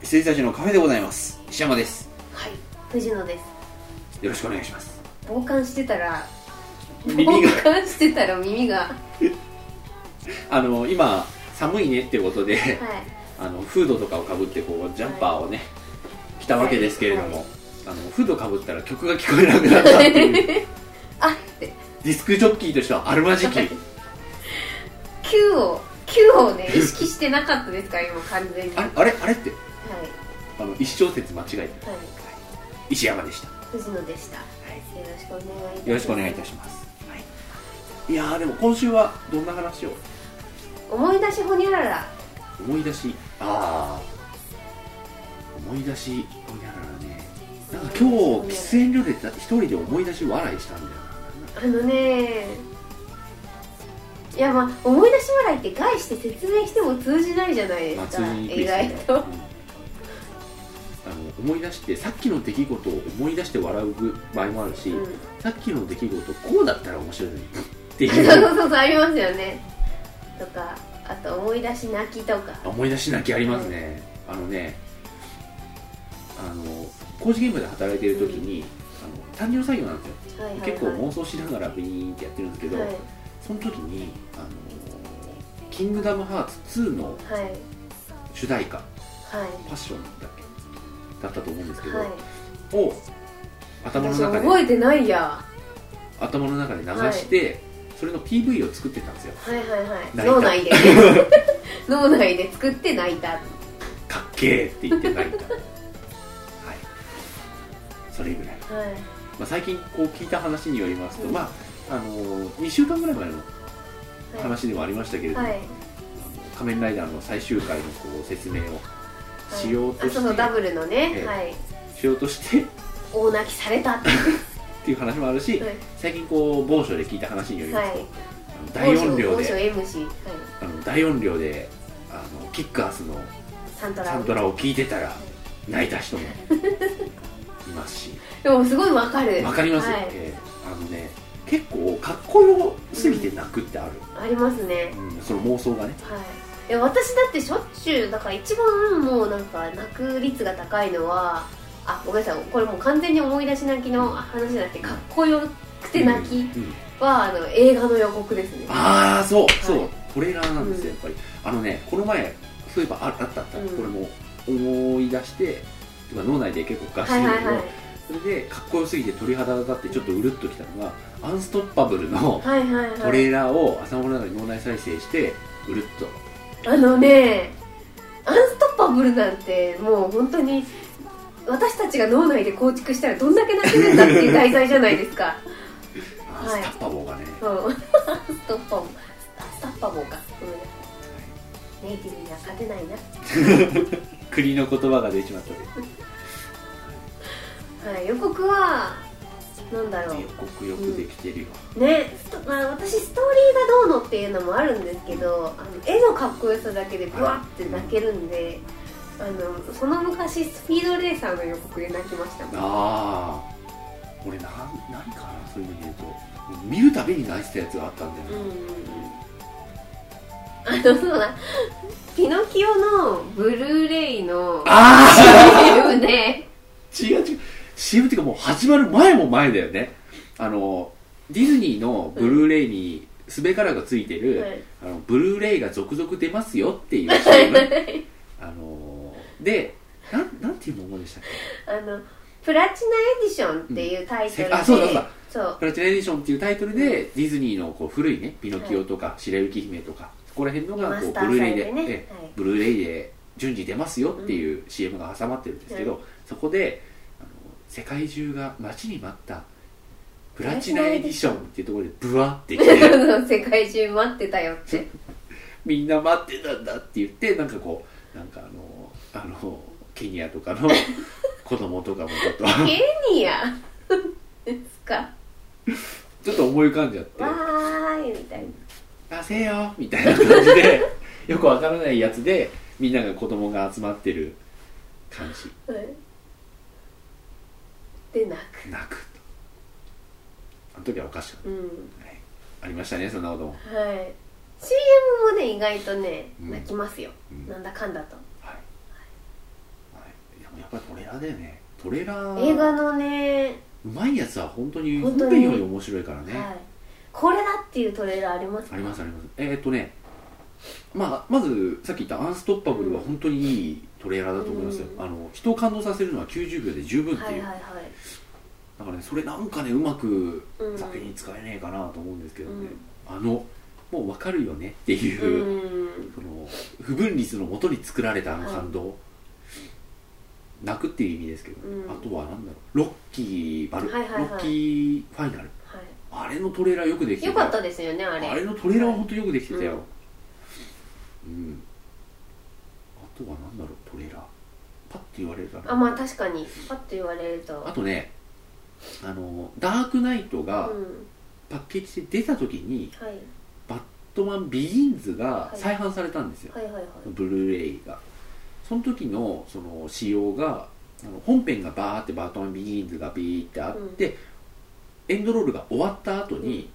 羊たちのカフェでございます石山ですはい藤野ですよろしくお願いします傍観してたら耳傍が観してたら耳がはあの今寒いねってことで、いあのフードとかをかぶってこうジャンパーをね、着たわけですけれども、はあのフードかぶったら曲が聞こえなくなったって いうあってディスクジョッキーとしてはあるまじき はい Q を Q をね意識してなかったですから今完全にあはれいあれあれってはいあの一小節間違えて石山でした、は藤野でしたよい、ろしくお願いいたしますよろしくお願いいたします、はい、いやーでも今週はどんな話を思い出しほにゃらら思い出しああ思い出しほにゃららねなんか今日喫煙所でた一人で思い出し笑いしたんだよあのねいやまあ思い出し笑いって概して説明しても通じないじゃないでな、まあ、す通か、じにくい意です外けど、うんとあの思い出してさっきの出来事を思い出して笑う場合もあるし、うんさっきの出来事こうだったら面白いのにってそういう そうそうありますよねとかあと思い出し泣きとか思い出し泣きありますね、あのねあの工事現場で働いてる時に、あの単純作業なんですよ、はいはいはい結構妄想しながらビーンってやってるんですけど、はいその時にあのキングダムハーツ2」のはい主題歌はい「パッション」だっけだったと思うんですけど、はいを頭の私中で覚えてないや頭の中で流して、それの PV を作ってたんです よはいはいはい泣いた脳 内で脳内で作って泣いたかっけーって言って泣いたはいそれぐらいはいまあ、最近こう聞いた話によりますと、うんまああの2週間ぐらい前のは話でもありましたけれいども、はいあの仮面ライダーの最終回のこう説明をしようとあして、そうそうダブルのね、ええはいしようとしてっ大泣きされたってはていう話もあるし、い最近こう某所で聞いた話によりますと、はいあの大音量某所某所で MC、はい、あの大音量であのキッカーズのサントラサントラを聞いてたら泣いた人もいます しでもすごいわかるわかります、はいええあのね結構かっこよすぎて泣くってある、ありますねうんその妄想がねはい、いや私だってしょっちゅうだから一番もうなんか泣く率が高いのはあごめんなさいこれもう完全に思い出し泣きの話じゃなくてかっこよくて泣きうんうんは、あの映画の予告ですねああそう、いそうトレーラーなんですようやっぱり、あのねこの前そういえばああったあった、うんこれも思い出しててか脳内で結構ガッシはリいだはいけど、はいそれでかっこよすぎて鳥肌が立ってちょっとうるっときたのが、アンストッパブルのはいはいトはいレーラーを頭の中に脳内再生してうるっとあのねアンストッパブルなんてもう本当に私たちが脳内で構築したらどんだけ泣けるんだっていう題材じゃないですかアンスタッパボーがね、うんアンストッパもアンスタッパもかごめんなさいネイティブには勝てないな国の言葉が出ちまったけどはい、予告はなんだろ予告よくできてるよ、うねストまあ、私ストーリーがどうのっていうのもあるんですけどあの絵のかっこよさだけでブワって泣けるんであのその昔スピードレーサーの予告で泣きましたもんああ俺なん何かなそういうので言うと見るたびに泣いてたやつがあったんだよね、うんうんうんあのそうだピノキオのブルーレイのあ CM であ違う違う CM っていうかもう始まる前も前だよねあのディズニーのブルーレイにすべからがついてる、 はいあのブルーレイが続々出ますよっていう CM あのでなんなんていうものでしたっあのプラチナエディションっていうタイトルで、うんあそうだそうだそうけプラチナエディションっていうタイトルでディズニーのこう古いねピノキオとか白雪姫とかそこら辺のリがマこうスブタールーさレれイでてね、はええい、ブルーレイで順次出ますよっていう CM が挟まってるんですけど、そこであの世界中が待ちに待ったプラチナエディションっていうところでブワって来て 世界中待ってたよっ てみんな待ってたんだって言ってなんかこうなんかあのあのケニア とかの子供とかもちょっとケニアですかちょっと思い浮かんじゃってわーいみたいな「出せよ」みたいな感じでよくわからないやつでみんなが子供が集まってる感じうんで泣泣くとあの時はおかしかったくうんありましたねそんなことも。はい CM もね意外とねうん泣きますよ、うんなんだかんだとはい、はい、もやっぱりトレーラーだよねトレーラー映画のね、うまいやつは本当に本本当に編より面白いからね、はい、これだっていうトレーラーありますかありますありますえーっとねまあ、まずさっき言った「アンストッパブル」は本当にいいトレーラーだと思いますよ、うんあの人を感動させるのは90秒で十分っていう、はいはいはい、だからねそれなんかねうまくうん、作品に使えねえかなと思うんですけどね、うんあのもう分かるよねっていうう、んその不分率のもとに作られたあの感動、泣くっていう意味ですけど、うんあとはなんだろうロッキーバル、はいはいはいロッキーファイナルはあれのトレーラーよくできい、てよかったですよねああれれのトレーラーは本当によくできてたよ、うんあとはなんだろうトレーラーパッて言われるかなあまあ確かにパッと言われるとあとねあのダークナイトがうんパッケージで出た時に、はい、バットマンビギンズがはい再販されたんですよ、はいはいはいブルーレイがその時のその仕様があの本編がバーってバットマンビギンズがビーってあって、エンドロールが終わった後に、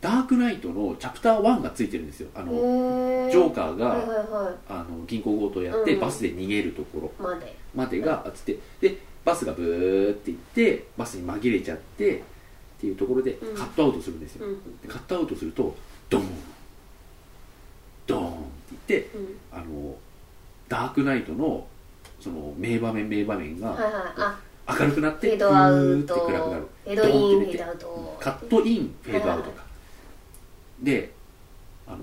ダークナイトのチャプター1がついてるんですよあの、へジョーカーが、はいはいはいあの銀行強盗やって、うんバスで逃げるところまでまでがあつってでバスがブーって行ってバスに紛れちゃってっていうところでうんカットアウトするんですよ、うんでカットアウトするとドーンドーンって言ってうんあのダークナイトのその名場面名場面はいはがいあ明るくなっフてェードアウブーっトて暗くなるフェードインドンフェって出ーてドアウトカットインフェードアウトかであのー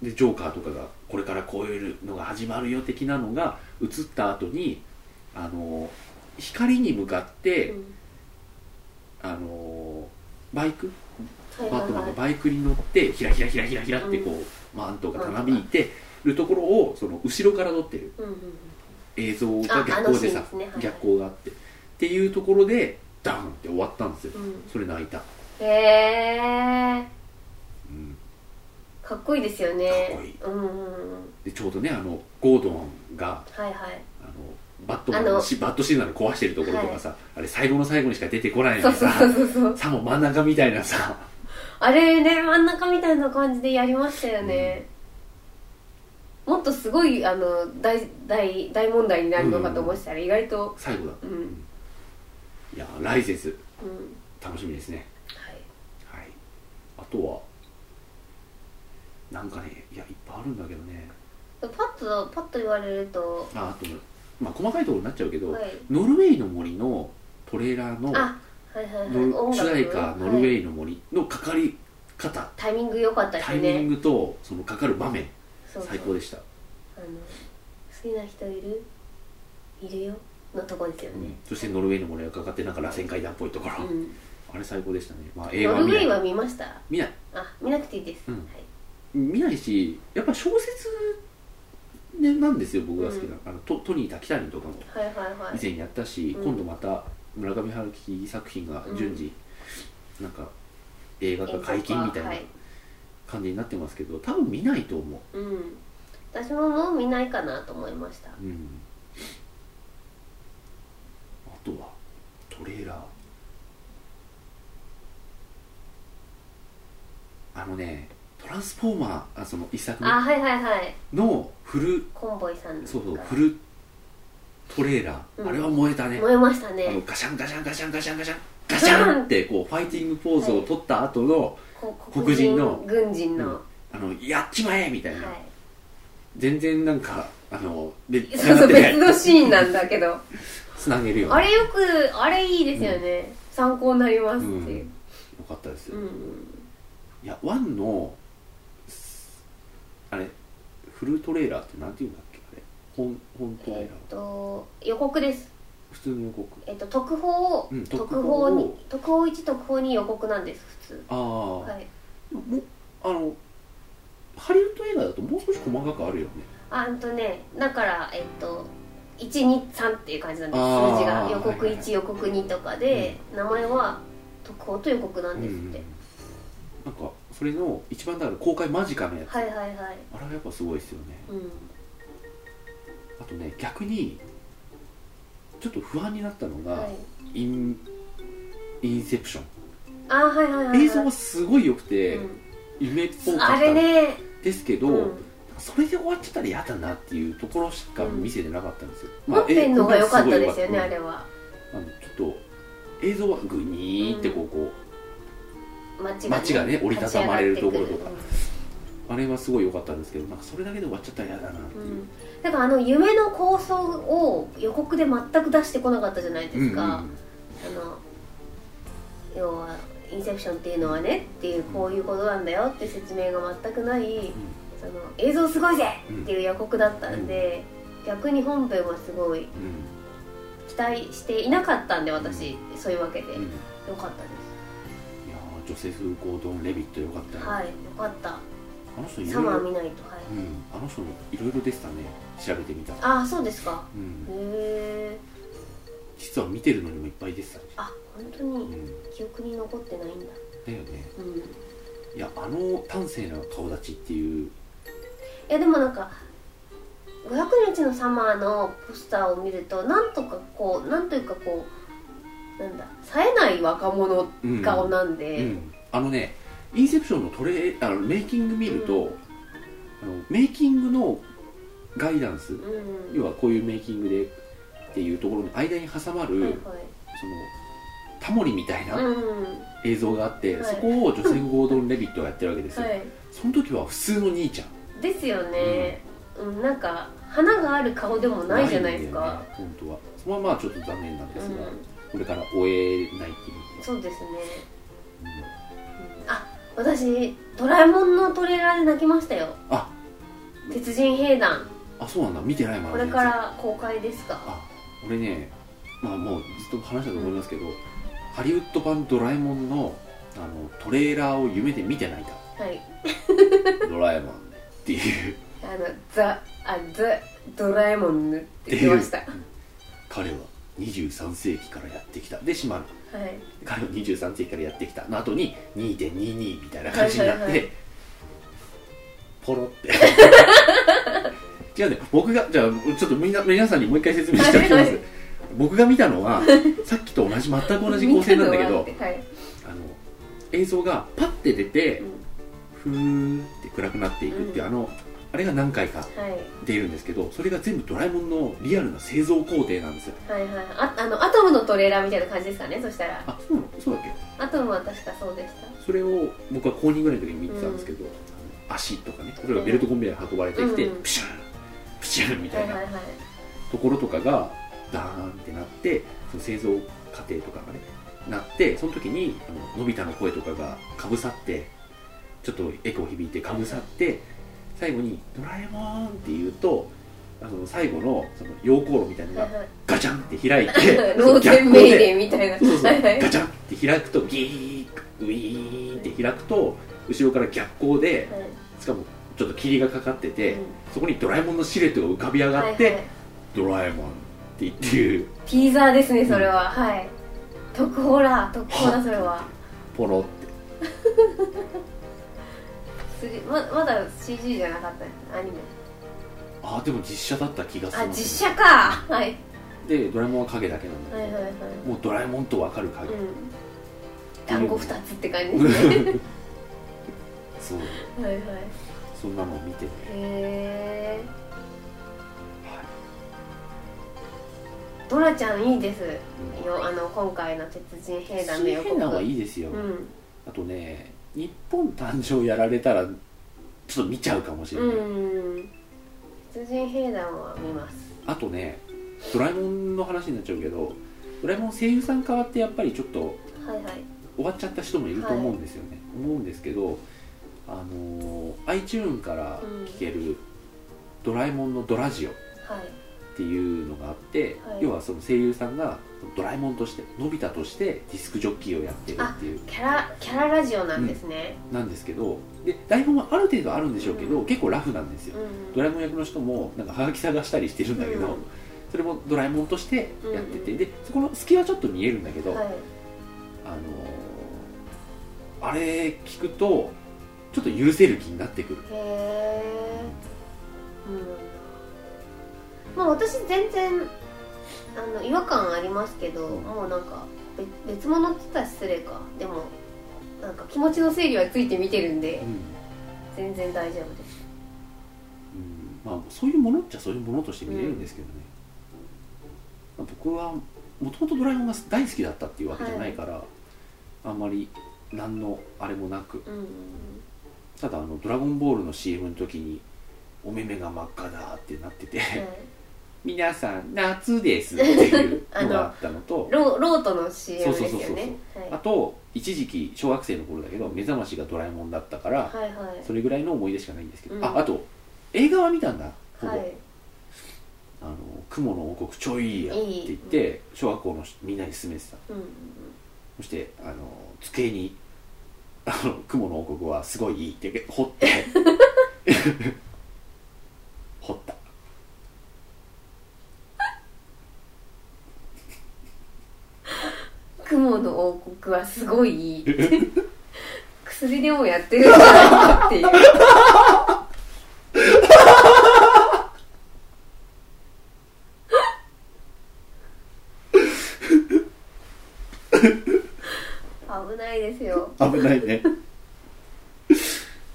でジョーカーとかがこれからこういうのが始まるよ的なのが映った後にあのー光に向かって、うんあのーバイクはいはバーいトマンはがいバイクに乗ってひらひらひらひらひらってこう、マントがたなびいてるところをその後ろから撮ってるうんうんうん映像あがあ逆の光シでーンさですねはいはい逆光があってっていうところでダーンって終わったんですようんそれ泣いた、へえうんかっこいいですよねかっこいいうんうんうんでちょうどねあのゴードンがはいはいあのバットマンあののしバットシグナル壊してるところとかさ、あれ最後の最後にしか出てこないのそうそにうさそうそうそうさも真ん中みたいなさあれね真ん中みたいな感じでやりましたよね、もっとすごいあの大大大問題になるのかと思ってたら、意外と最後だうんいや来節うんは楽しみですねいはいあとはなんかねいやいっぱいあるんだけどねパッとパッと言われるとああとまあ細かいところになっちゃうけど、はいノルウェーの森のトレーラーのあはいはいはいの主題歌「ノルウはいェーの森」のかかり方、タイミング良かったですタねイミングとそのかかる場面そうそう最高でしたあの好きな人いるいるよのとこですよね、そしてノルウェーのものがかかってなんか螺旋階段っぽいところ、うんあれ最高でしたね、まあ、映画ノはルウ見なェいーは見ました見ないあ見なくていいです、うんはい、見ないしやっぱ小説、ね、なんですよ僕が好きな、あのトトニー・タキタリンとかもはいはいはい以前やったし、うん今度また村上春樹作品が順次、なんか映画が解禁みたいなはい感じになってますけど多分見ないと思ううん私ももう見ないかなと思いましたうんあとはトレーラーあのね「トランスフォーマー」あその一作あ目はいはいはいのフルコンボイさんそうそうがフルトレーラー、うんあれは燃えたね燃えましたあのねガシャンガシャンガシャンガシャンガシャンガシャンってこうファイティングポーズを取った後の、こ黒人の軍人の、うんあのやっちまえみたいな、はい全然なんかあのでそうそう別のシーンななんだけどつなげ るようなあれよくあれいいですよね、参考になりますっうんていようかったですうよ、ん、いやワンのすあれフルトレーラーってなんていうんだっけあれ本本トレーラえーっと予告です、普通の予告えっと、特報を、うん特特報報をに特報1特報2予告なんです普通ああ、はいもあのハリウッド映画だともう少し細かくあるよねあうんとねだからえっと123っていう感じなんですあー数字が予告はいはい1予告2とかで、名前は特報と予告なんですって、なんかそれの一番だから公開間近のやつ、はいはいはいあれはやっぱすごいですよねうんあとね逆にちょっと不安になったのが、はいインインセプションあーはいはいはいはい映像はすごい良くて、う夢っぽんかあっれたんねですけど、うなんんかそれで終わっちゃったら嫌だなっていうところしか見せてなかったんですよ、まあ本編の方が良かったですよね映像があすごい良かれはったうんあのちょっと映像はグニーってこうこう、街街がね折りたたまれるところとか立ち上がってくるあれはすごい良かったんですけどなんかそれだけで終わっちゃったら嫌だなっていう、うんだからあの夢の構想を予告で全く出してこなかったじゃないですか、うんうんあの要はインセプションっていうのはねっていうこういうことなんだよって説明が全くない、その映像すごいぜっていう予告だったんで、逆に本編はすごい期待していなかったんで私、そういうわけで、うんうんよかったでいやージョセフ・ゴードン・レビットよかったよ、すはいよかったあの人いろサいろマー見ないとはい、うん、あの人もいろいろでしたね調べてみたら、ああそうですかうんへ、え実は見てるのにもいっぱいでしたね、あ本当うにん、だ記憶に残ってないんだよねうんいやあの端正な顔立ちっていういやでもなんか500日のサマーのポスターを見るとなんとかこうなんというかこうなんだ冴えない若者うん顔なんで、うん、あのねインセプションのトレーあのメイキング見ると、うあのメイキングのガイダンスうん要はこういうメイキングでっていうところの間に挟まる、はいそのタモリみたいはい、なうん、映像があって、はいそこをジョセフ・ゴードン・レビットがやってるわけですよ、はい、その時は普通の兄ちゃんですよね、うんなんか花がある顔でもないじゃないですんだよか、ね本当はそのままちょっと残念なんですが、うんこれから終えないっていうそうですね、のは、うんあ私ドラえもんのトレーラーで泣きましたよあ鉄人兵団うんあそうなんだ見てないまこだれ全か然ら公開ですかあ俺ねまあもうずっと話したと思いますけど、ハリウッド版ドラえもんのあのトレーラーを夢で見てないんだはいドラえもんっていうあのザあザドラえもんぬって言ってましたは彼は23世紀からやってきたで閉まるい彼は23世紀からやってきたの後に2.22みたいな感じになって、はいはいはいポロって 違うね僕がじゃあちょっとみんな皆さんにもう一回説明しておきはまいはすい僕が見たのはさっきと同じ全く同じ構成なんだけど見たのははいあの映像がパッて出て、うんふーって暗くなっていくっていう、うんあのあれが何回かはい出るんですけどそれが全部ドラえもんのリアルな製造工程なんですよはいはいああのアトムのトレーラーみたいな感じですかねそしたらあそうなのそうだっけアトムは確かそうでしたそれを僕は公認ぐらいの時に見てたんですけど、あの足とかねそれがベルトコンベヤーで運ばれてきて、うんプシュンプシュンみたはいいはないはいところとかがダーンってなってその製造過程とかがねなってその時にあののび太の声とかがかぶさってちょっとエコー響いてかぶさって最後に「ドラえもん」って言うとあの最後のその溶鉱炉みたいなのはいがはいガチャンって開いて 老然命令みたいなそうそう そはいはういガチャンって開くとギーウィーンって開くと後ろから逆光ではいしかもちょっと霧がかかってて、うんそこにドラえもんのシルエットが浮かび上がって、はいはいドラえもんって言っていうティーザーですねそれは、はい特報だ特報だそれはポロってすりままだ CG じゃなかったですアニメああでも実写だった気がするあ実写かはいでドラえもんは影だけなんだはいけはいど、はいもうドラえもんとわかる影、うん単語2つって感じですねそうはいはいそんなのを見てね、へえはいドラちゃんいいですうんよあの今回の鉄人兵団の予水平な告んはいいですよ、うんあとね日本誕生やられたらちょっと見ちゃうかもしれうない、ん鉄人兵団は見ますあとねドラえもんの話になっちゃうけどドラえもん声優さん変わってやっぱりちょっとはいはい終わっちゃった人もいると思うんですよね、思うんですけどあのー iTune から聴ける「ドラえもんのドラジオ」はいっていうのがあって、はい要はその声優さんがドラえもんとしてのび太としてディスクジョッキーをやってるっていうキャラキャララジオなんですねなんですけどで台本はある程度あるんでしょうけど、う結構ラフなんですよ、うんドラえもん役の人もなんかハガキ探したりしてるんだけど、うんそれもドラえもんとしてやってて、うんでそこの隙はちょっと見えるんだけど、はいあのーあれ聞くとちょっと許せる気になってくるへえうんまあ私全然あの違和感ありますけど、うんもうなんかべ別物って言ったら失礼かでもなんか気持ちの整理はついて見てるんでうん全然大丈夫ですうんまあ、そういうものっちゃそういうものとして見れるんですけどね、まあ僕はもともと「ドラえもん」が大好きだったっていうわけじゃないから、あんまり何のあれもなくうんただあの「ドラゴンボール」の CM の時に「お目目が真っ赤だ」ってなっててはい「皆さん夏です」っていうのがあったの とローロートの CM ですそうそようそうねはいあと一時期小学生の頃だけど目覚ましがドラえもんだったから、はいはいそれぐらいの思い出しかないんですけど、うんああと映画は見たんだほはぼ、いあの「雲の王国ちょいいや」って言って小学校のみんなに勧めてたうんそしてあの机にあの「雲の王国はすごいいい」って掘って 掘った雲の王国はすごいいい 薬でもやってるんじゃないかっていう 危ないですよ危ないね い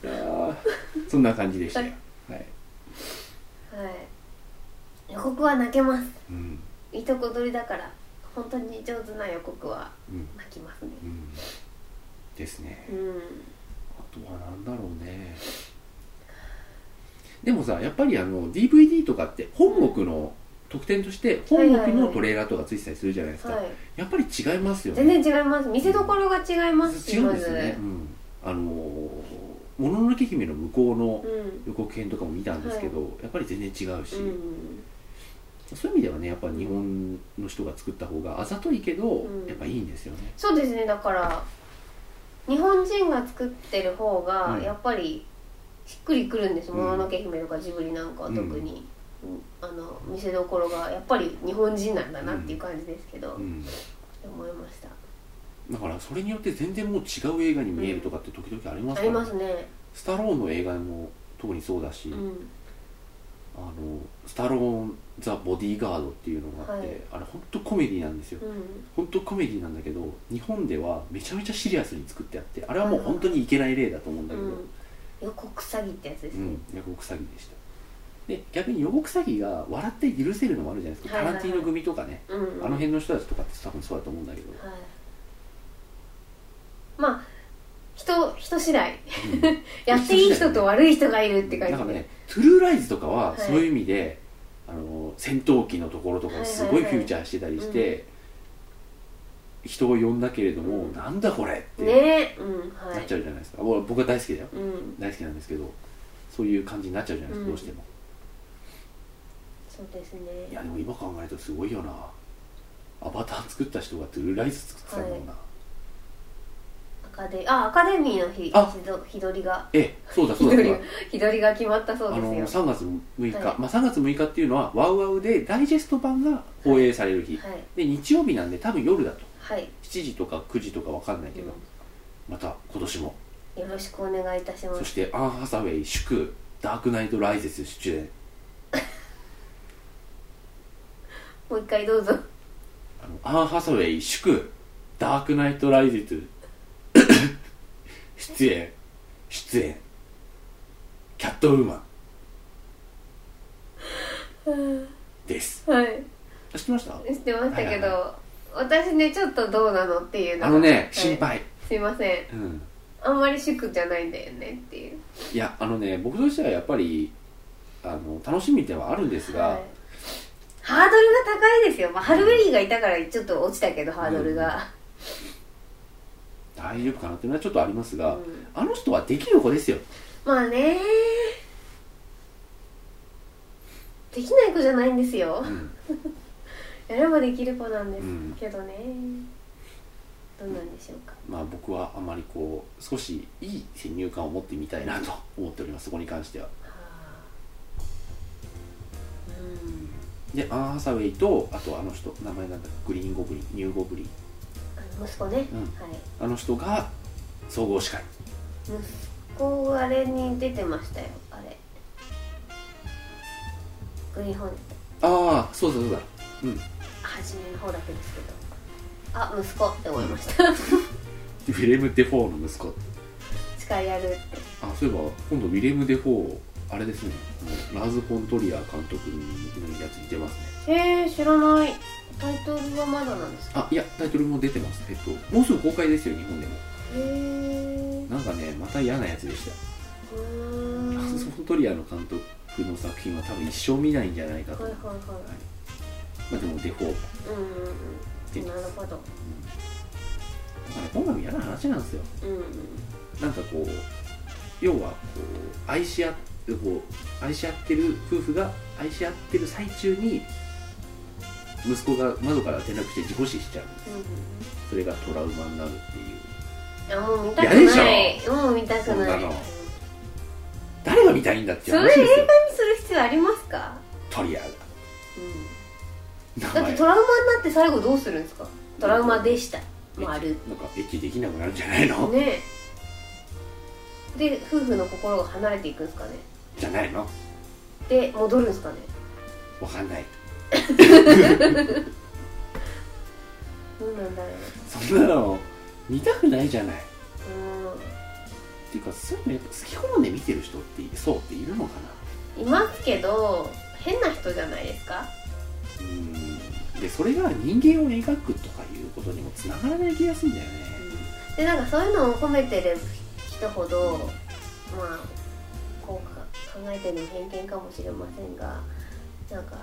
やーそんな感じでしたよ、ははいい予告は泣けますうんいとこ取りだから本当に上手な予告はうん泣きますねうんですねうんあとは何だろうねでもさやっぱりあの DVD とかって本国の特典として本国のトレーラーとかついてたりするじゃないですか、はいやっぱり違いますよね全然違います見せどころが違いますし違うんですよね、うん、あのーもののけ姫」の向こうのまずうん予告編とかも見たんですけど、やっぱり全然違うし、うんそういう意味ではねやっぱ日本の人が作った方があざといけど、うんやっぱいいんですよねそうですねだから日本人が作ってる方がうんやっぱりしっくりくるんです「うんもののけ姫」とかジブリなんかは特に、うんあの見せどころがやっぱり日本人なんだなっていう感じですけど、うん思いましただからそれによって全然もう違う映画に見えるとかって時々ありますあかりら、ますねスタローンの映画も特にそうだし、うんあのスタローン・ザ・ボディーガードっていうのがあって、はいあれ本当コメディなんですようん本当コメディなんだけど日本ではめちゃめちゃシリアスに作ってあってあれはもう本当にいけない例だと思うんだうけど、ん予告詐欺ってやつですうね、ん、予告詐欺でしたで逆に予告詐欺が笑って許せるのもあるじゃないですか、はいはいはいタランティーノ組とかねうんあの辺の人たちとかって多分そうだと思うんだけど、 はい、まあ人人 次第うんやっていい人と悪い人がいるって感なじんかで、ね「トゥルーライズ」とかははいそういう意味で、あの戦闘機のところとかをすごいはいはいはいフューチャーしてたりして、人を呼んだけれども、うんなんだこれってなっねうんはちゃいうじゃないですか、もう僕は大好きだようん大好きなんですけどそういう感じになっちゃうじゃないですか、うんどうしてもそうですいねやでも今考えるとすごいよなアバター作った人がトゥルーライズ作ってたんだもんな、アカデあアカデミーの日あひど日取りがええそうだ日そうだ取りそうがだ日取りが決まったそあうのですよ3月6日、はいまあ、3月6日っていうのはワウワウでダイジェスト版が放映される日、はいで日曜日なんで多分夜だとはい、 7時とか9時とかわかんないけど、うまた今年もんよろしくお願いいたしまそすしてアン・ハサウェイ祝ダークナイト・ライゼス出演もう一回どうぞあのアン・ハサウェイ祝ダークナイト・ライゼス 出演出演キャットウー マンですはい知ってました知ってましたけど、はい私ねちょっとどうなのっていうのあがのね、はい心配、すいませんうん、あんまり祝じゃないんだよねっていういやあのね僕としてはやっぱりあの楽しみではあるんですが、はいハードルが高いですよ、まあ、ハルベリーがいたからちょっと落ちたけどハードルが、大丈夫かなっていうのはちょっとありますが、うんあの人はできる子ですよまあねできない子じゃないんですようん やればできる子なんですうんけどね、どうなんでしょうかまあ、僕はあまりこう少しいい先入観を持ってみたいなと思っておりますそこに関してははあうんでアン・ハサウェイとあとあの人名前なんだっけグリーン・ゴブリンニュー・ゴブリンあの息子ね、うんはいあの人が総合司会息子があれに出てましたよあれグリーンホーネットああそうだそうだうん初めの方だけですけどあ息子って思いました ウィレム・デフォーの息子力やるってあそういえば今度ウィレム・デフォーあれですねあのラーズ・フォントリアー監督のやつに出ますねえー、知らないタイトルはまだなんですかあいやタイトルも出てますえっともうすぐ公開ですよ日本でもへえなんかねまた嫌なやつでしたうーんラはーズ・フォントリアーの監督の作品は多分一生見ないんじゃないかと、いはいははいいまあ、でもデフうんォーうん出うんてなまるすほどだから今回も嫌な話なんですようんなんかこう要はこう愛し合ってこう愛し合ってる夫婦が愛し合ってる最中に息子が窓から転落して事故死しちゃううそれがトラウマになるっていうんあもう見たくやるでしないもう見たくそんなないのうん誰が見たいんだっていうそ話れで映すよ画にする必要ありますかトリアーがだ名っ前てトラウマになって最後どうするんですかトラウマでした丸ねなんかエッチできなくなるんじゃないの、で夫婦の心が離れていくんですかねじゃないので戻るんですかねわかんないどうなんだろうそんなの見たくないじゃないっうていうかそういうのやっぱ好き好んで見てる人ってそうっているのかなんいますけど変な人じゃないですかうんでそれが人間を描くとかいうことにもつながらない気がするんだよねでなんかそういうのを褒めてる人ほどまあこうか考えてるの偏見かもしれませんがなんか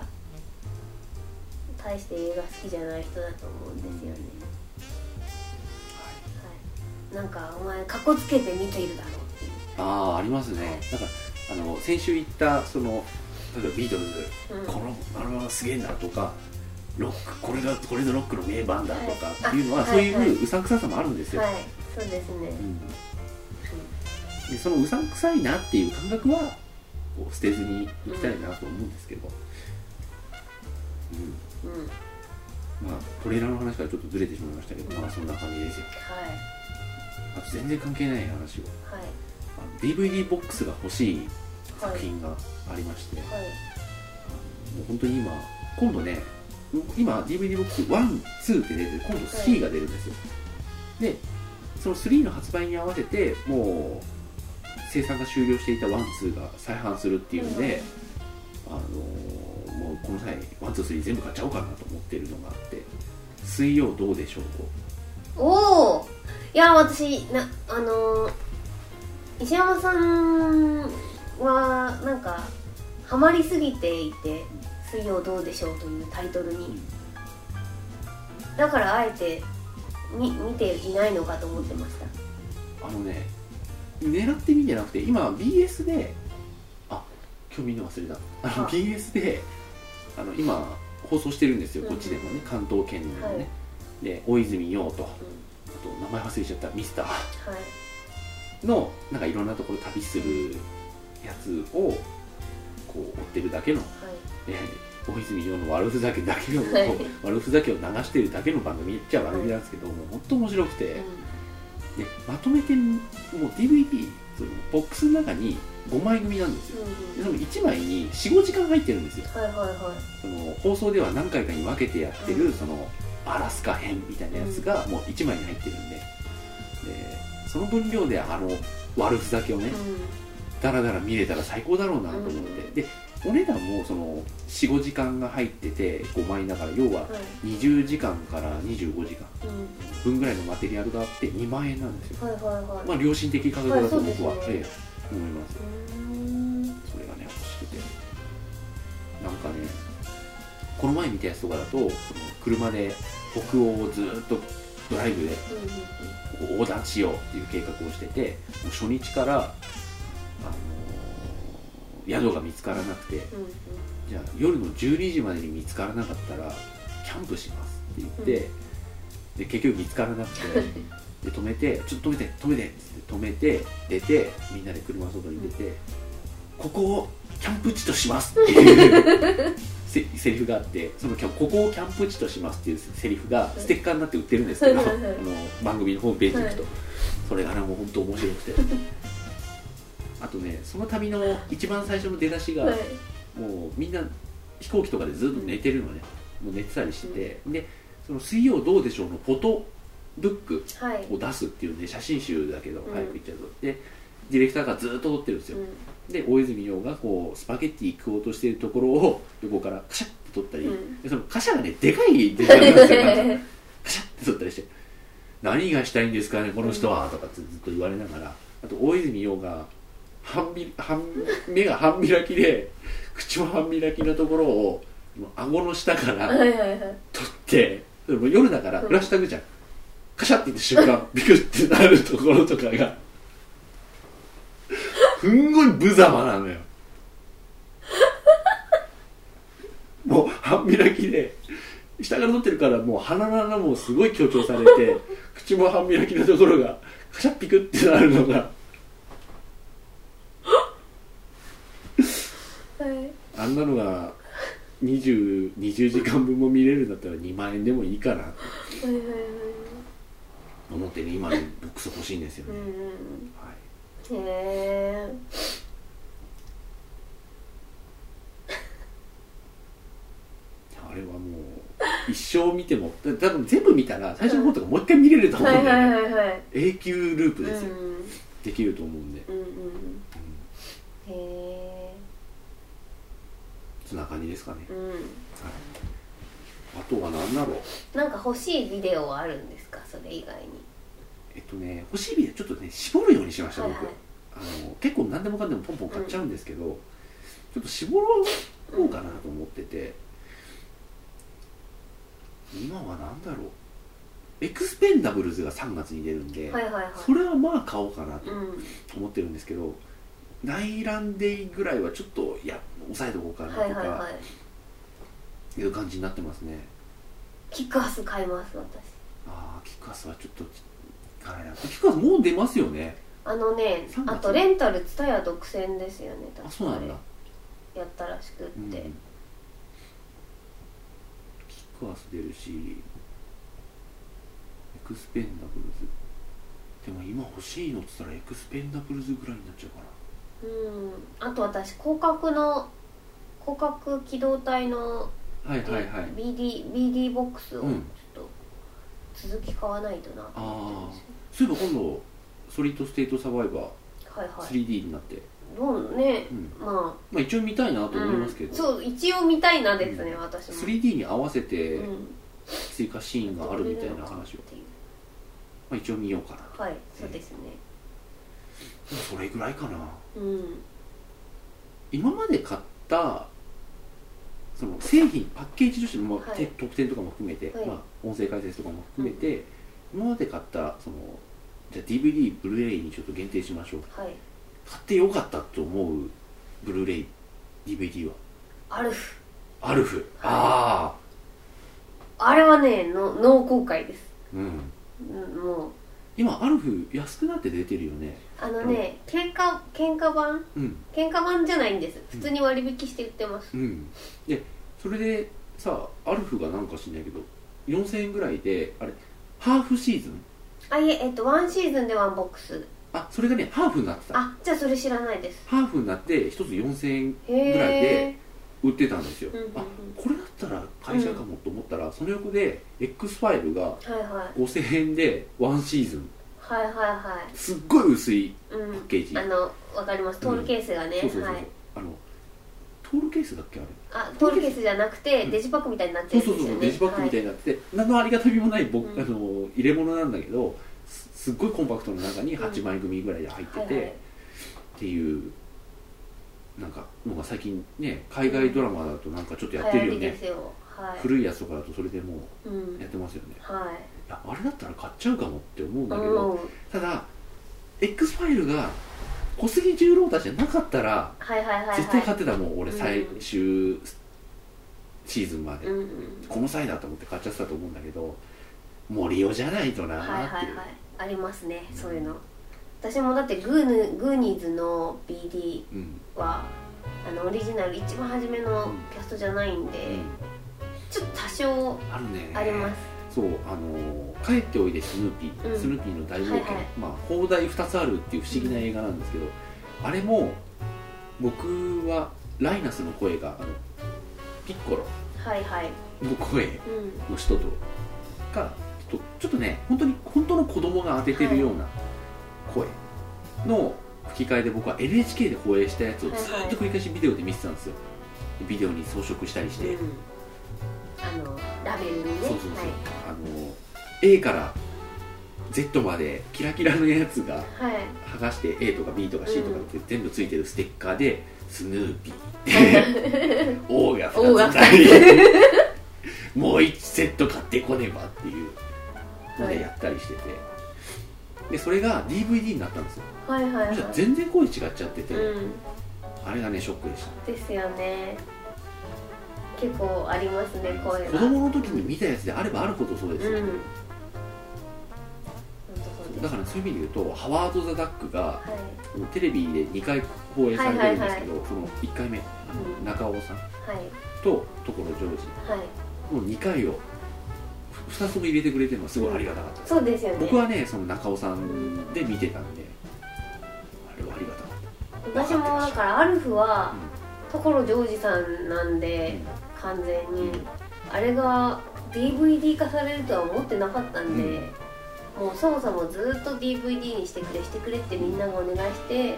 大して映画好きじゃない人だと思うんですよね、はい、なんかお前かっこつけて見ているだろうっていうああありますねだからあの先週言ったその例えばビートルズ、うんこのアルバムすげえなとかロックこれがこれのロックの名盤だとかっていうのは、はいあそういはいはいううさんくささもあるんですよ、はいそうですね、うんでそのうさんくさいなっていう感覚はこう捨てずにいきたいなと思うんですけど、うんうんうんはまあ、トレーラーの話からちょっとずれてしまいましたけど、まあそんな感じですよあと全然関係ない話をいはいあの DVD ボックスが欲しいは作い品がありまして、もはいう本当に今今度ね今 DVD ボックス12って出て今度3が出るんですよ、でその3の発売に合わせてもう生産が終了していた12が再販するっていうので、あのーもうこの際123全部買っちゃおうかなと思ってるのがあって水曜どうでしょうおおいや私なあのー石山さんはなんかハマりすぎていて「水曜どうでしょう」というタイトルにだからあえてみ見ていないのかと思ってましたあのね狙ってみてなくて今 BS であ今日見るの忘れたあのあ BS であの今放送してるんですよ、うんこっちでもね関東圏でもね、はいで大泉洋とあうと名前忘れちゃったミスターんはいのなんかいろんなところ旅するやつをこう追ってるだけの、はいえー大泉洋の悪ふざけだけの、はい悪ふざけを流してるだけの番組っちゃ番組なんですけど、もう本当面白くて。でまとめてもう DVD そのボックスの中に5枚組なんですうよんうでんその1枚に45時間入ってるんですよはいはいはその放送では何回かに分けてやってる、うんそのアラスカ編みたいなやつがもう1枚に入ってるんででその分量であの悪ふざけをねいうんダラダラ見れたら最高だろうなと思って、うんでお値段もその45時間が入ってて5枚だから要ははい20時間から25時間うん分ぐらいのマテリアルがあって2万円なんですよはいはいはいまあ良心的価格だと僕は、はいそうえでえ思いますうーんそれがね欲しくてなんかねこの前見たやつとかだとその車で北欧をずーっとドライうんブでうんここ横断しようっていう計画をしててもう初日から、あのー宿が見つからなくてうんうんじゃあ夜の12時までに見つからなかったらキャンプしますって言って、で結局見つからなくてで止めて「ちょっと止めて止めて」っつって止めて出てみんなで車の外に出て「ここをキャンプ地とします」っていうせセリフがあってそのキャンここをキャンプ地とします」っていうセリフがステッカーになって売ってるんですけどあはいの番組のホームページに行くと、それがねもう本当面白くてあとねその旅の一番最初の出だしが、はいもうみんな飛行機とかでずっと寝てるのね、もう寝てたりして、でその「水曜どうでしょう」のフォトブックはいを出すっていうんで写真集だけどうん早く行っちゃうと、でディレクターがずっと撮ってるんですよ、うんで大泉洋がこうスパゲッティ食おうとしているところを横からカシャッと取ったり、うんでそのカシャがねでか いデザインなんで すよなんかカシャ って取ったりして「何がしたいんですかねこの人は」とかってずっと言われながらあと大泉洋が半び半目が半開きで口も半開きのところを顎の下からはいはいはい取ってでも夜だからうんフラッシュタグじゃん、カシャって言った 瞬間ビクってなるところとかがすんごい無様なのよもう半開きで下から取ってるからもう鼻の穴もすごい強調され て口も半開きのところがカシャッピクってなるのがはいあんなのが 20, 20時間分も見れるんだったら2万円でもいいかなとはいはいはい思ってね今のボックス欲しいんですようんね、うんはいうんへえあれはもう一生見てもだ多分全部見たら最初の方とかもう一回見れると思はうんいだよはね、いはいはい永久ループうんですよ、できると思うんで、うんうんへえそんな感じですかね、うんあとは何だろうなんか欲しいビデオはあるんですかそれ以外にえっとね欲しいビデオちょっとね絞るようにしました僕、はいはいあの結構何でもかんでもポンポン買っちゃうんですけど、ちょっと絞ろうかなと思ってて今は何だろうエクスペンダブルズが3月に出るんで、はいはいはいそれはまあ買おうかなとうん思ってるんですけど内覧デイぐらいはちょっといや抑えておこうかなとはいはいかはいいう感じになってますね、キックアス買います私ああキックアスはちょっと買えないキックアスもう出ますよねあのね3月あとレンタルツタヤ独占ですよね確かあそうなんだ、やったらしくっうん、キてックアス出るしエクスペンダブルズでも今欲しいのっつったらエクスペンダブルズぐらいになっちゃうかなうん、あと私広角の広角機動隊の、はいはいはい BD, BD ボックスをちうょっんと続き買わないとなと思ってそういえば今度ソリッドステートサバイバーますはいはい 3D になって、どうねうんままあ、一応見たいなあと思いますけど、うん、そう一応見たいなですね、うん私も 3D に合わせてうん追加シーンがあるみたいな話を、まあ、一応見ようかなはいそうですねそれぐらいかなうん今まで買ったその製品パッケージとしても、はいて特典とかも含めて、はいまあ、音声解説とかも含めて、今まで買ったそのじゃあ DVD ブルーレイにちょっと限定しましょうはい買ってよかったと思うブルーレイ DVD はアルフアルフあああれはねの脳公開です、うんうん、もう今アルフ安くなって出てるよねあのね、喧嘩喧嘩版うん喧嘩版じゃないんですう普ん通に割引して売ってます、うんでそれでさアルフがなんか知んないけど4000円ぐらいであれハーフシーズンあいええっとワンシーズンでワンボックスあそれがねハーフになってたあじゃあそれ知らないですハーフになって1つ4000円へぐらいえで売ってたんですよ、うんうんうんあこれだったら会社かもと思ったら、その横で X5 がはいはい5000円でワンシーズンはいはいはすっごい薄いい、うパんッ、ケージ、あのわかりますトールケースがね、そうそうそうそう、はいあのトールケースだっけあれあトールケースじゃなくて、うんデジパックみたいになってそうるんそですうよそうねレジバッグみたいになってて、何のありがたみもない僕、うんあの入れ物なんだけどすすっごいコンパクトの中にうん8枚組ぐらいで入ってて、はいはいはいっていうなんかのが最近ね海外ドラマだとなんかちょっとやってるよ流行りでね、すよはい、古いやつとかだとそれでもううやっんてますよね、いはやあれだったら買っちゃうかもって思うんいだけど、うんただ X ファイルが小杉十郎たちじゃなかったらはいはいはいはい絶対買ってたもん俺うん最終シーズンまでう、んうんこの際だと思って買っちゃってたと思うんだけど森尾じゃないとなはいーっはいて、はいいうありますねそういうの私もだってグーヌグーニーズの BD うんはあのオリジナル一番初めのキャストじゃないんで、うんちょっと多少あるねあります、そうあのー帰っておいでスヌーピー」うんスヌーピーの大冒険」はいはいまあ放題2つあるっていう不思議な映画なんですけど、あれも僕はライナスの声があのピッコロはいはいの声うんの人とがちょっとちょっとね本当に本当の子供が当ててるような声の吹吹き替えで僕は NHK で放映したやつをずはいーはっいと繰り返しビデオで見てたんですよビデオに装飾したりして、うんあのラベルにねそうそうそう、はいあの A から Z までキラキラのやつがはい剥がして A とか B とか C とかって全部ついてるステッカーで「スヌーピー」「O が王が2つ二だよ もう1セット買ってこねば」っていうのはいでやったりしててでそれが DVD になったんですよはいはいはそいしたら全然声違っちゃってて、うんあれがねショックでしたですよね結構ありますねこういう子の供の時に見たやつであればあるほどそうですうよ、ん本当そうですだからそういう意味で言うとハワード・ザ・ダックがはいテレビで2回放映されてるんですけど、その1回目あうんの中尾さんはいと所ジョージはいの2回を2つも入れてくれてるのはすごいありがたかったです、そうですよね僕はねその中尾さんで見てたんであれはありがたかっ私もだからアルフは所ジョージさんなんた、で完全うんにあれが DVD 化されるとは思ってなかったんで、もうそもそもずっと DVD にしてくれしてくれってみんながお願いして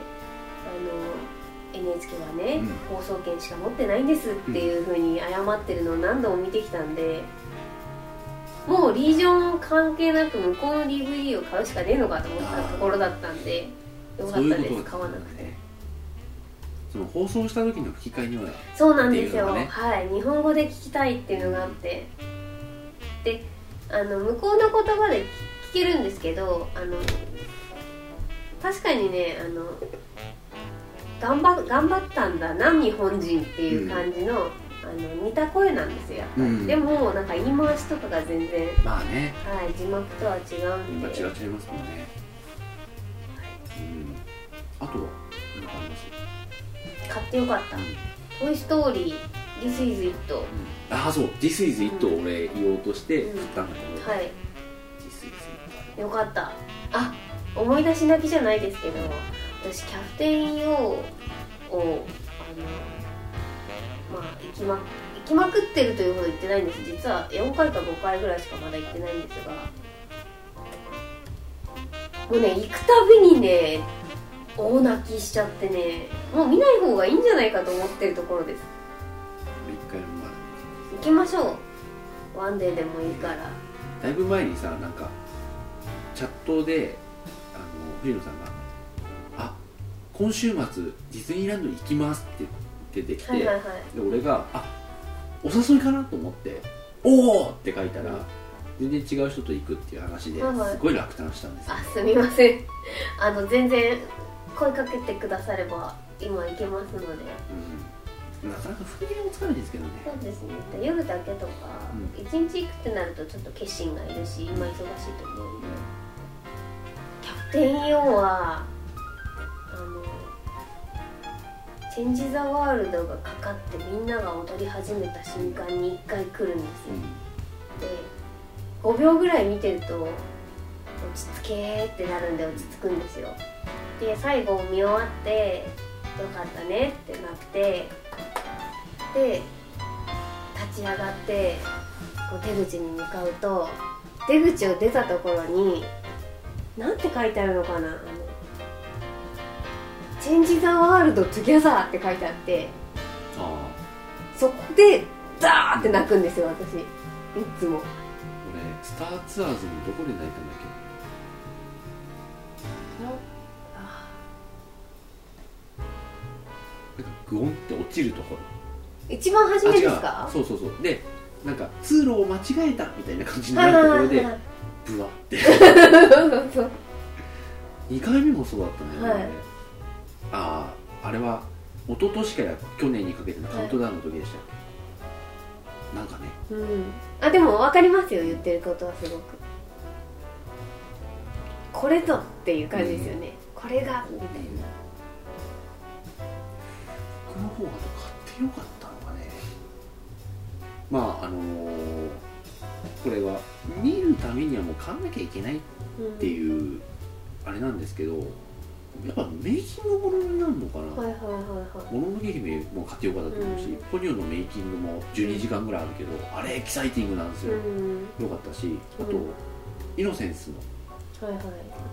あの NHK はね、うん放送権しか持ってないんですっていうふうに謝ってるのを何度も見てきたんでもうリージョン関係なく向こうの DVD を買うしかねえのかと思ったところだったんでよかそうっいたうでことす買わなくてねその放送した時の吹き替えにはそうなんですっよ、ていうのはい日本語で聞きたいっていうのがあってであの向こうの言葉で聞けるんですけどあの確かにねあの頑張頑張ったんだな日本人っていう感じの,、あの似た声なんですよやっぱり、うんでもなんか言い回しとかが全然、はまあねい、字幕とは違うん今で違っちゃいますもんね、うん、あとは何かあります買ってよかった「トイ・ストーリー」「This is It」ああそう「This is it」を俺言おうとしてうん振ったんだけど「はい This is it よかったあ思い出し泣きじゃないですけど私キャプテン EO をあのまあ行きま行きまくってるというほど行ってないんです実は4回か5回ぐらいしかまだ行ってないんですがもうね行くたびにね大泣きしちゃってねもう見ない方がいいんじゃないかと思ってるところです」俺一回もま行きましょうワンデーでもいいからだだいぶ前にさなんかチャットであの藤野さんが「あ今週末ディズニーランドに行きます」って出てきて、はいはいはいで俺が「あお誘いかな?」と思って「おお!」って書いたら、全然違う人と行くっていう話ではいはいすごい落胆したんですよ、あすみませんあの全然声かけてくだされば今行けますのでうん、なかなか復元もつかないんですけどねそうですね夜だけとかう一、日行くってなるとちょっと決心がいるし今忙しいと思うんでキャプテンイオンはあのチェンジ・ザ・ワールドがかかってみんなが踊り始めた瞬間に1回来るんですよで5秒ぐらい見てると落ち着けーってなるんで落ち着くんですよで最後見終わってよかったねってなってで立ち上がってこう出口に向かうと出口を出たところになんて書いてあるのかなあの「チェンジ・ザ・ワールド・トゥギャザー」って書いてあってああそこでダーって泣くんですよ私いつも。俺スターツアーズのどこで泣いたんだっけなんかグオンって落ちるところ一番初めですあ違かうそうそうそうでなんか通路を間違えたみたいな感じにはないるはいはいところではいブワってそうそう2回目もそうだったんだよね、はいあああれは一昨年から去年にかけてのカウントダウンの時でしたよ、なんかねそう、うん、あでも分かりますよ言ってることはすごくこれぞっていう感じですよね、これがみたいな僕の方が買ってよかったのがねまああのーこれは見るためにはもう買わなきゃいけないってういうあれなんですけどやっぱメイキングものになるのかんはな「いはいはいはもののけ姫」も買ってよかったと思うし、うんポニョのメイキングも12時間ぐらいあるけどあれエキサイティングなんですいよう、んよかったしあと、うんイノセンスのはい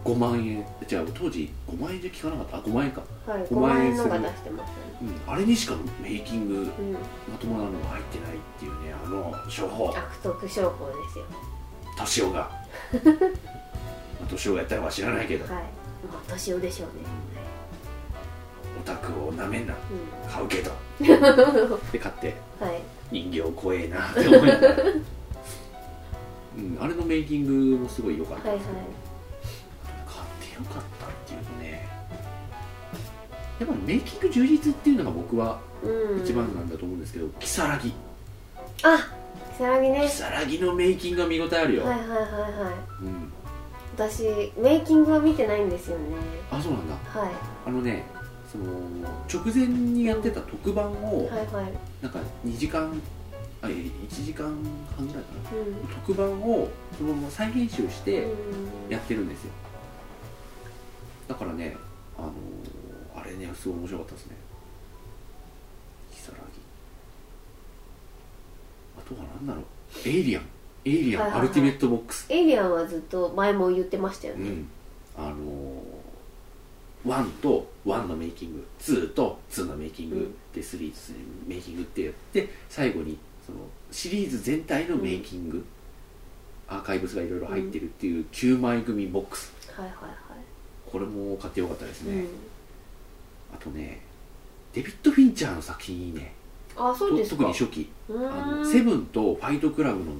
5万円じゃあ当時5万円じゃ聞かなかったあ5万円か、はいはい5 5万万円円すのるが出してますねうん、あれにしかメイキングうんまともなのが入ってないっていうねあの商法悪徳商法ですよ敏夫 がまあ敏夫がやったのは知らないけどはいまあ年をでしょうねオタクをなめんなは買うけ どい、うん、で買ってはい人形怖 えなって思いながらうん、あれのメイキングもすごい良かった、はいはい買ってよかったっていうとねやっぱメイキング充実っていうのが僕はうん一番なんだと思うんですけど、如月如あ木更木ね月のメイキングは見応えあるよ、はいはいはいはいうん、私メイキングは見てないんですよねあそうなんだはいあのねその直前にやってた特番をはいはいなんか2時間あいや1時間半ぐらいかうんうんな特番をそのまま再編集して、やってるんですよだからねあのーあれねすごい面白かったですね如月あとは何だろうエイリアンエイリアン、はいはいアはいルティメットボックスエイリアンはずっと前も言ってましたようね、んあのー、1と1のメイキング2と2のメイキング、うんで3と3のメイキングってやって最後にそのシリーズ全体のメイキング、アーカイブスがいろいろ入ってるっていう9枚組ボックスはいはいはこれも買ってよかったですい、ね、あとねデビッド・フィンチャーの作品いいねうんあそうとです特かに初期うあーのんセブンとファイトクラブの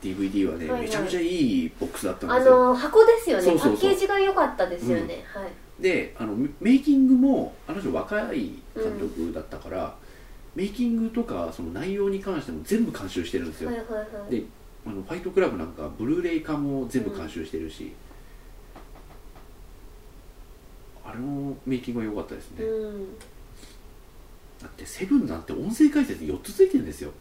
DVD はね、はいはいめちゃめちゃいいボックスだったんあですよの箱ですよねそうそうそうパッケージが良かったですよね、はいであのメメイキングもあの人若い監督だったから、メイキングとかその内容に関しても全部監修してるんですよ、はいはいはいであのファイトクラブなんかブルーレイ化も全部監修してるし、あれのメイキングは良かったですね、うんだってセブンなんて音声解説4つついてるんですよ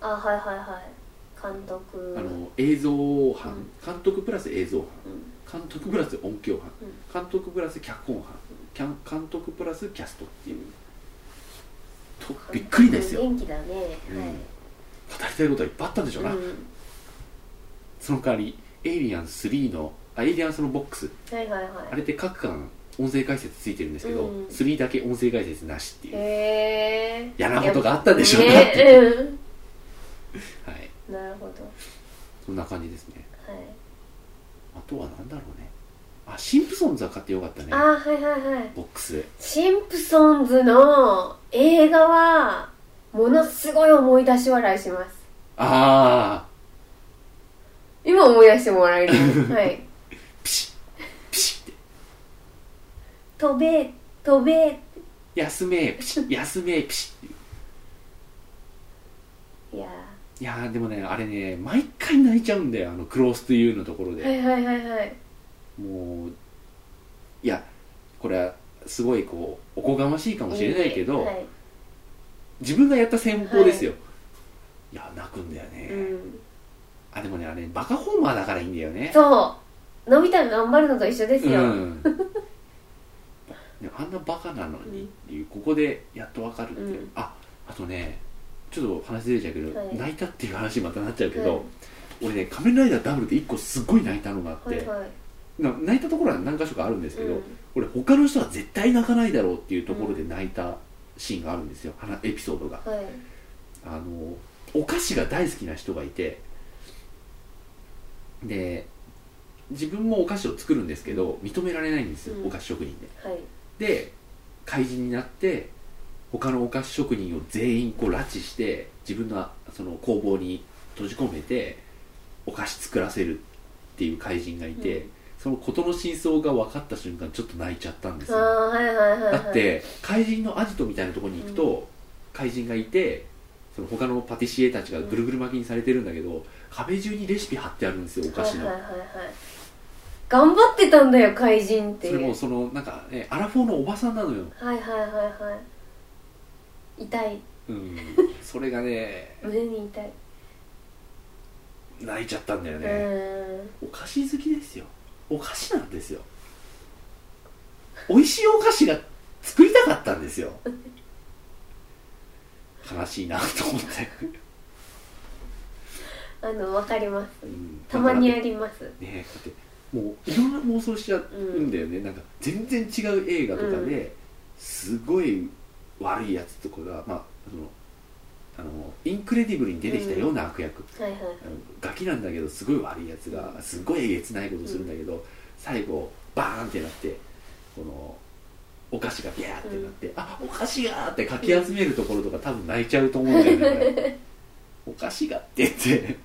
あはいはいはい監督あの映像班、うん監督プラス映像班うん監督プラス音響班、監督プラス脚本班キャン監督プラスキャストっていうとびっくりですよ、元気だね、うん語りたいことはいっぱいあったんでしょうはな、い、うんその代わり「エイリアン3の」あエイリアンそのボックスはいはいはいあれって各巻音声解説ついてるんですけど、うん3だけ音声解説なしっていうへえ嫌なことがあったんでしょうなっねて、はいうんなるほどそんな感じですねはいあとは何だろうねあシンプソンズは買ってよかったねあはいはいはいボックスシンプソンズの映画はものすごい思い出し笑いしますあ今思い出してもらえるはいあピシッピシッって飛べ飛べ休めピシ ッ休めピシッっていやいやーでもねあれね毎回泣いちゃうんだよあのクロースというのところーで、はいはいはいはいもういやこれはすごいこうおこがましいかもしれないけど、はい自分がやった戦法ですよ、い、や泣くんだよね、うん、あでもねあれバカホーマーだからいいんだよねそう飲みたい頑張るのと一緒ですうよ、 んでもあんなバカなのにっていう、ここでやっとわかるっていう、うんああとねちょっと話ずれちゃうけど、はい泣いたっていう話にまたなっちゃうけはど、俺ね「仮面ライダーダブル」で1個すごい泣いたのがあって、い、はいはいな泣いたところは何箇所かあるんですけど、うん俺他の人は絶対泣かないだろうっていうところで泣いたシーンがあるんですよ、話エピソードがはいあのお菓子が大好きな人がいてで自分もお菓子を作るんですけど認められないんですよ、うんお菓子職人はいでで怪人になって他のお菓子職人を全員こう拉致して自分のその工房に閉じ込めてお菓子作らせるっていう怪人がいて、うんその事の真相が分かった瞬間ちょっと泣いちゃったんですあよあはいはいはいはいだって怪人のアジトみたいなところに行くと、怪人がいてその他のパティシエたちがぐるぐる巻きにされてるんだけど、壁中にレシピ貼ってあるんですよお菓子の、はいはいはいはい、頑張ってたんだよ怪人ってそれもそのなんか、ね、アラフォーのおばさんなのよ、はいはいはいはい痛い うん、それがね胸に痛い、泣いちゃったんだようね、ーんお菓子好きですよお菓子なんですよ美味しいお菓子が作りたかったんですよ悲しいなと思って、あのわかりますうんたまにありますねえだってもういろんな妄想しちゃうんだよね、なんか全然違う映画とかで、すごい悪いやつとかが、まあ、そのあのインクレディブルに出てきたような悪役、はいはいあのガキなんだけどすごい悪いやつがすごいえげつないことするんだけど、最後バーンってなってこのお菓子がビャーってなって、あお菓子がーってかき集めるところとか多分泣いちゃうと思うんだ よねお菓子がって言って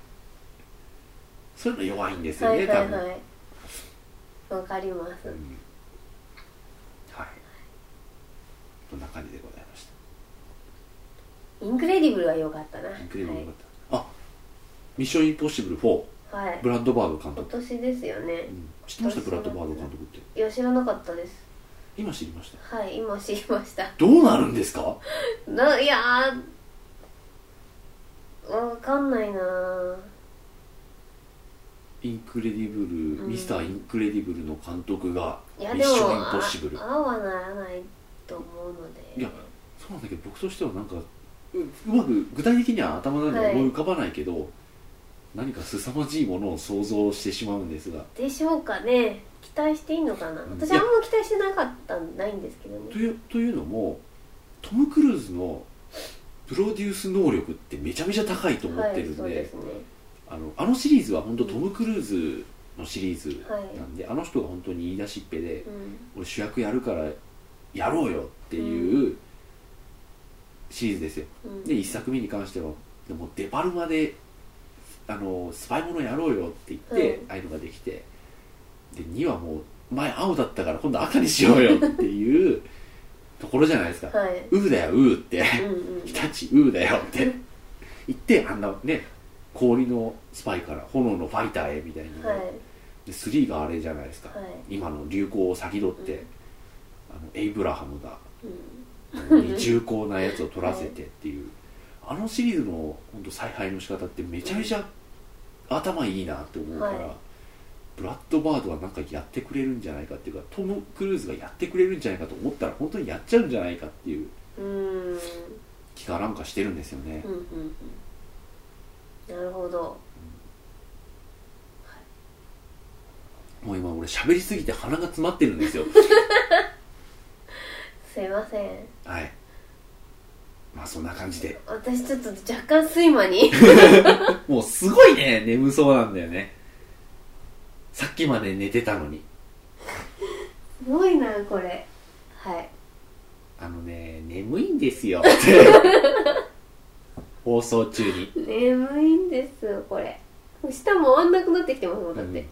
そういうの弱いんですよはね、いはい多分、はいわかりますうんはいこんな感じでございましインクレディブルは良かったなたインクレディブルよかった、あミッションインポッシブル4はい、はい、ブラッドバード監今督、年ですよねうん知ってましたブラッドバード監督っていや知らなかったです今知りましたはい今知りました どうなるんですかないやーわかんないなーインクレディブル、うんミスターインクレディブルの監督がいやミッでもションインポッシブルああはならないと思うのでいやそうなんだけど僕としてはなんかううまく具体的には頭の中で思い浮かばないけど、何か凄まじいものを想像してしまうんですがでしょうかね期待していいのかなうん私あんま期待してなかったないんですけどねというというのもトム・クルーズのプロデュース能力ってめちゃめちゃ高いと思ってるんで,、はいそうですねあのあのシリーズは本当トム・クルーズのシリーズなんで、あの人が本当に言い出しっぺで、うん俺主役やるからやろうよっていううシリーズですようんで1作目に関してはでもデパルマであのスパイものやろうよって言って、うんああいうのができてで2はもう前青だったから今度赤にしようよっていうところじゃないですかはい「うーだようー」ってうん「日立うーだよ」って言ってあんなね氷のスパイから炎のファイターへみたいうんに、はいで3があれじゃないですか、はい今の流行を先取って、うんあのエイブラハム がうんに重厚なやつを取らせてっていう、あのシリーズの本当采配の仕方ってめちゃめちゃ頭いいなって思うから、はいブラッドバードはなんかやってくれるんじゃないかっていうかトム・クルーズがやってくれるんじゃないかと思ったら本当にやっちゃうんじゃないかっていううん気がなんかしてるんですよね、うんうんうんなるほどもう今俺喋りすぎて鼻が詰まってるんで すよすいませんはいまあそんな感じで私ちょっと若干睡魔にもうすごいね、眠そうなんだよね。さっきまで寝てたのに。すごいなこれはいあのね、眠いんですよ。って放送中に。眠いんですよこれ舌も終わんなくなってきてますもんだって、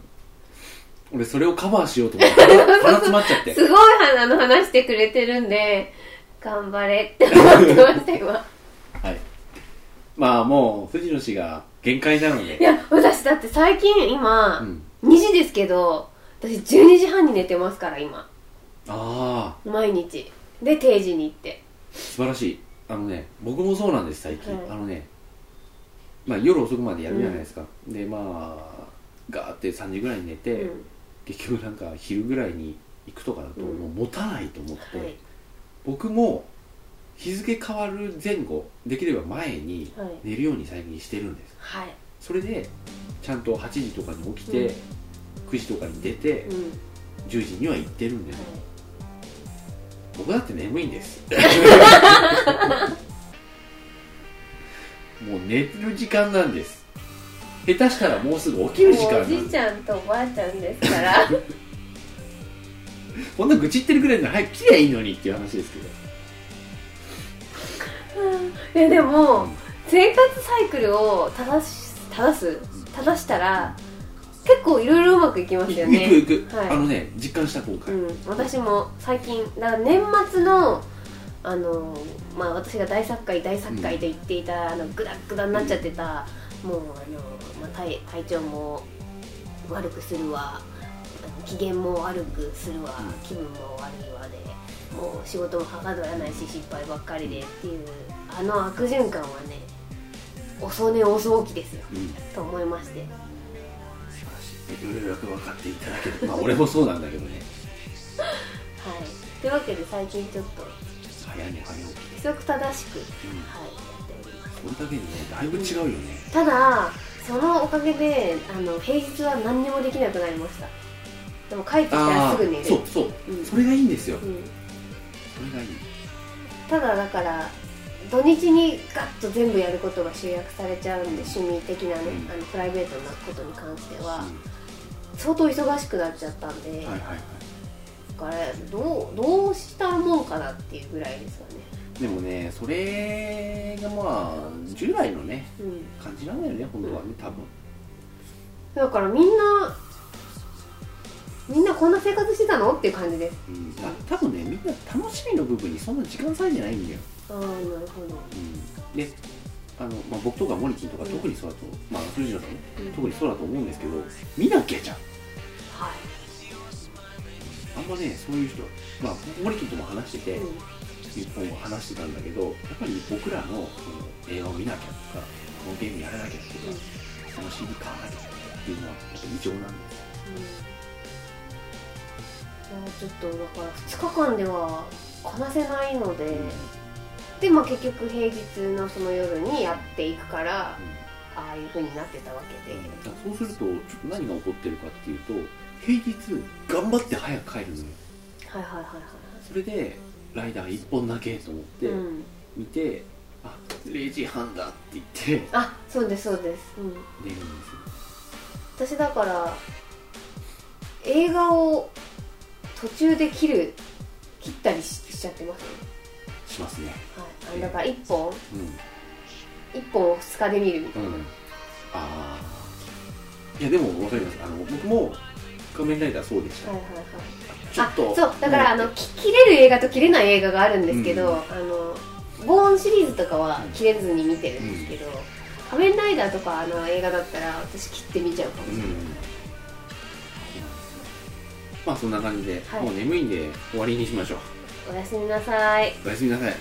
俺それをカバーしようと思って、鼻詰まっちゃって。すごいあの話してくれてるんで頑張れって思ってました今はい。まあもう、藤野氏が限界なのいで。や私だって最近今、うん。 2時ですけど私12時半に寝てますから今ああ、毎日で定時に行って素晴らしい。あのね、僕もそうなんです、最近。はいあのね、まあ夜遅くまでやるじゃないですか。で、まあ、ガーって3時ぐらいに寝て、うん結局なんか昼ぐらいに行くとかだとうんもう持たないと思って、はい僕も日付変わる前後できれば前にはい寝るように最近してるんですはいそれでちゃんと8時とかに起きて、9時とかに出てうん、はい10時には行ってるんです僕だって眠いんです もう寝る時間なんです下手したらもうすぐ起きる時間もうなおんでじいすちゃんとおばあちゃんですから こんな愚痴ってるぐらいなら早く切りゃいいのにっていう話ですけどいやでも生活サイクルを正し正す正したら結構いろいろうまくいきますよね行く行く、はいあのね実感した今回、うん、私も最近だから年末のあのまあ私が大作会大作会で言っていた、あのグダグダになっちゃってた、もうあの、まあ、体体調も悪くするわあの機嫌も悪くするわ、うん気分も悪いわでもう仕事もはかどらないし失敗ばっかりでっていうあの悪循環はね遅寝遅起きですようんと思いまして素晴らしいいろいろよく分かっていただけるまあ俺もそうなんだけどねはいというわけで最近ちょっと早寝早起き規則正しく、うんはい、やっておりますこれだけにねだいぶ違うよね、ただそのおかげであの平日は何にもできなくなりましたでも帰ってきたらすぐ寝るそうそううんそれがいいんですようんそれがいいただだから土日にガッと全部やることが集約されちゃうんで趣味的なね、うんあのプライベートなことに関してはう相当忙しくなっちゃったんで、んはいはいはだからどうどうしたもんかなっていうぐらいですよねいでもねそれがまあ従来のねうん感じなんだよね本当はね多分だからみんなみんなこんな生活してたのっていう感じですうん、あ多分ねみんな楽しみの部分にそんな時間割いてないんだよ、ああなるほどうん、であの、まあ、僕とかモリキンとかうん特にそうだと、まあ藤野さんねうん特にそうだと思うんですけど見なきゃじゃんはあんまねそういう人まあモリキンとも話してい、てうん日本を話してたんだけどやっぱり僕らのその映画を見なきゃとかこのゲームやらなきゃとうんかその CD 買わなきゃっていうのはやっぱ異常なんですうんいやちょっとだから2日間ではこなせないので、よ、でまあ結局平日のその夜にやっていくからああいう風になってたわけで、うんだからそうするとちょっと何が起こってるかっていうと平日頑張って早く帰るのよはいはいはいはそれでライダー1本だけと思っい、てうん、見て、あ0時半だって言ってあそうですそうです、うん、寝るんですよ私だから映画を途中で切る切ったりししちゃってますね、しますねはい、あだから1本う1本を2日で見るみたいん、な、うん、ああいやでも分かりますあの僕も「仮面ライダー」そうでした、はいはいはいちょっとあそうだからあものき切れる映画と切れない映画があるんですけど、うんあのボーンシリーズとかは切れずに見てるんですけど、仮面ライダーとかあの映画だったら私切って見ちゃうかもしうれんない、まあそんな感じで、はいもう眠いんで終わりにしましょうおやすみなさいおやすみなさい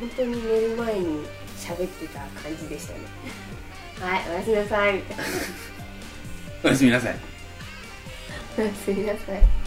本当に寝る前に喋ってた感じでしたねはいお やすみなさいみたいなおやすみなさいおやすみなさい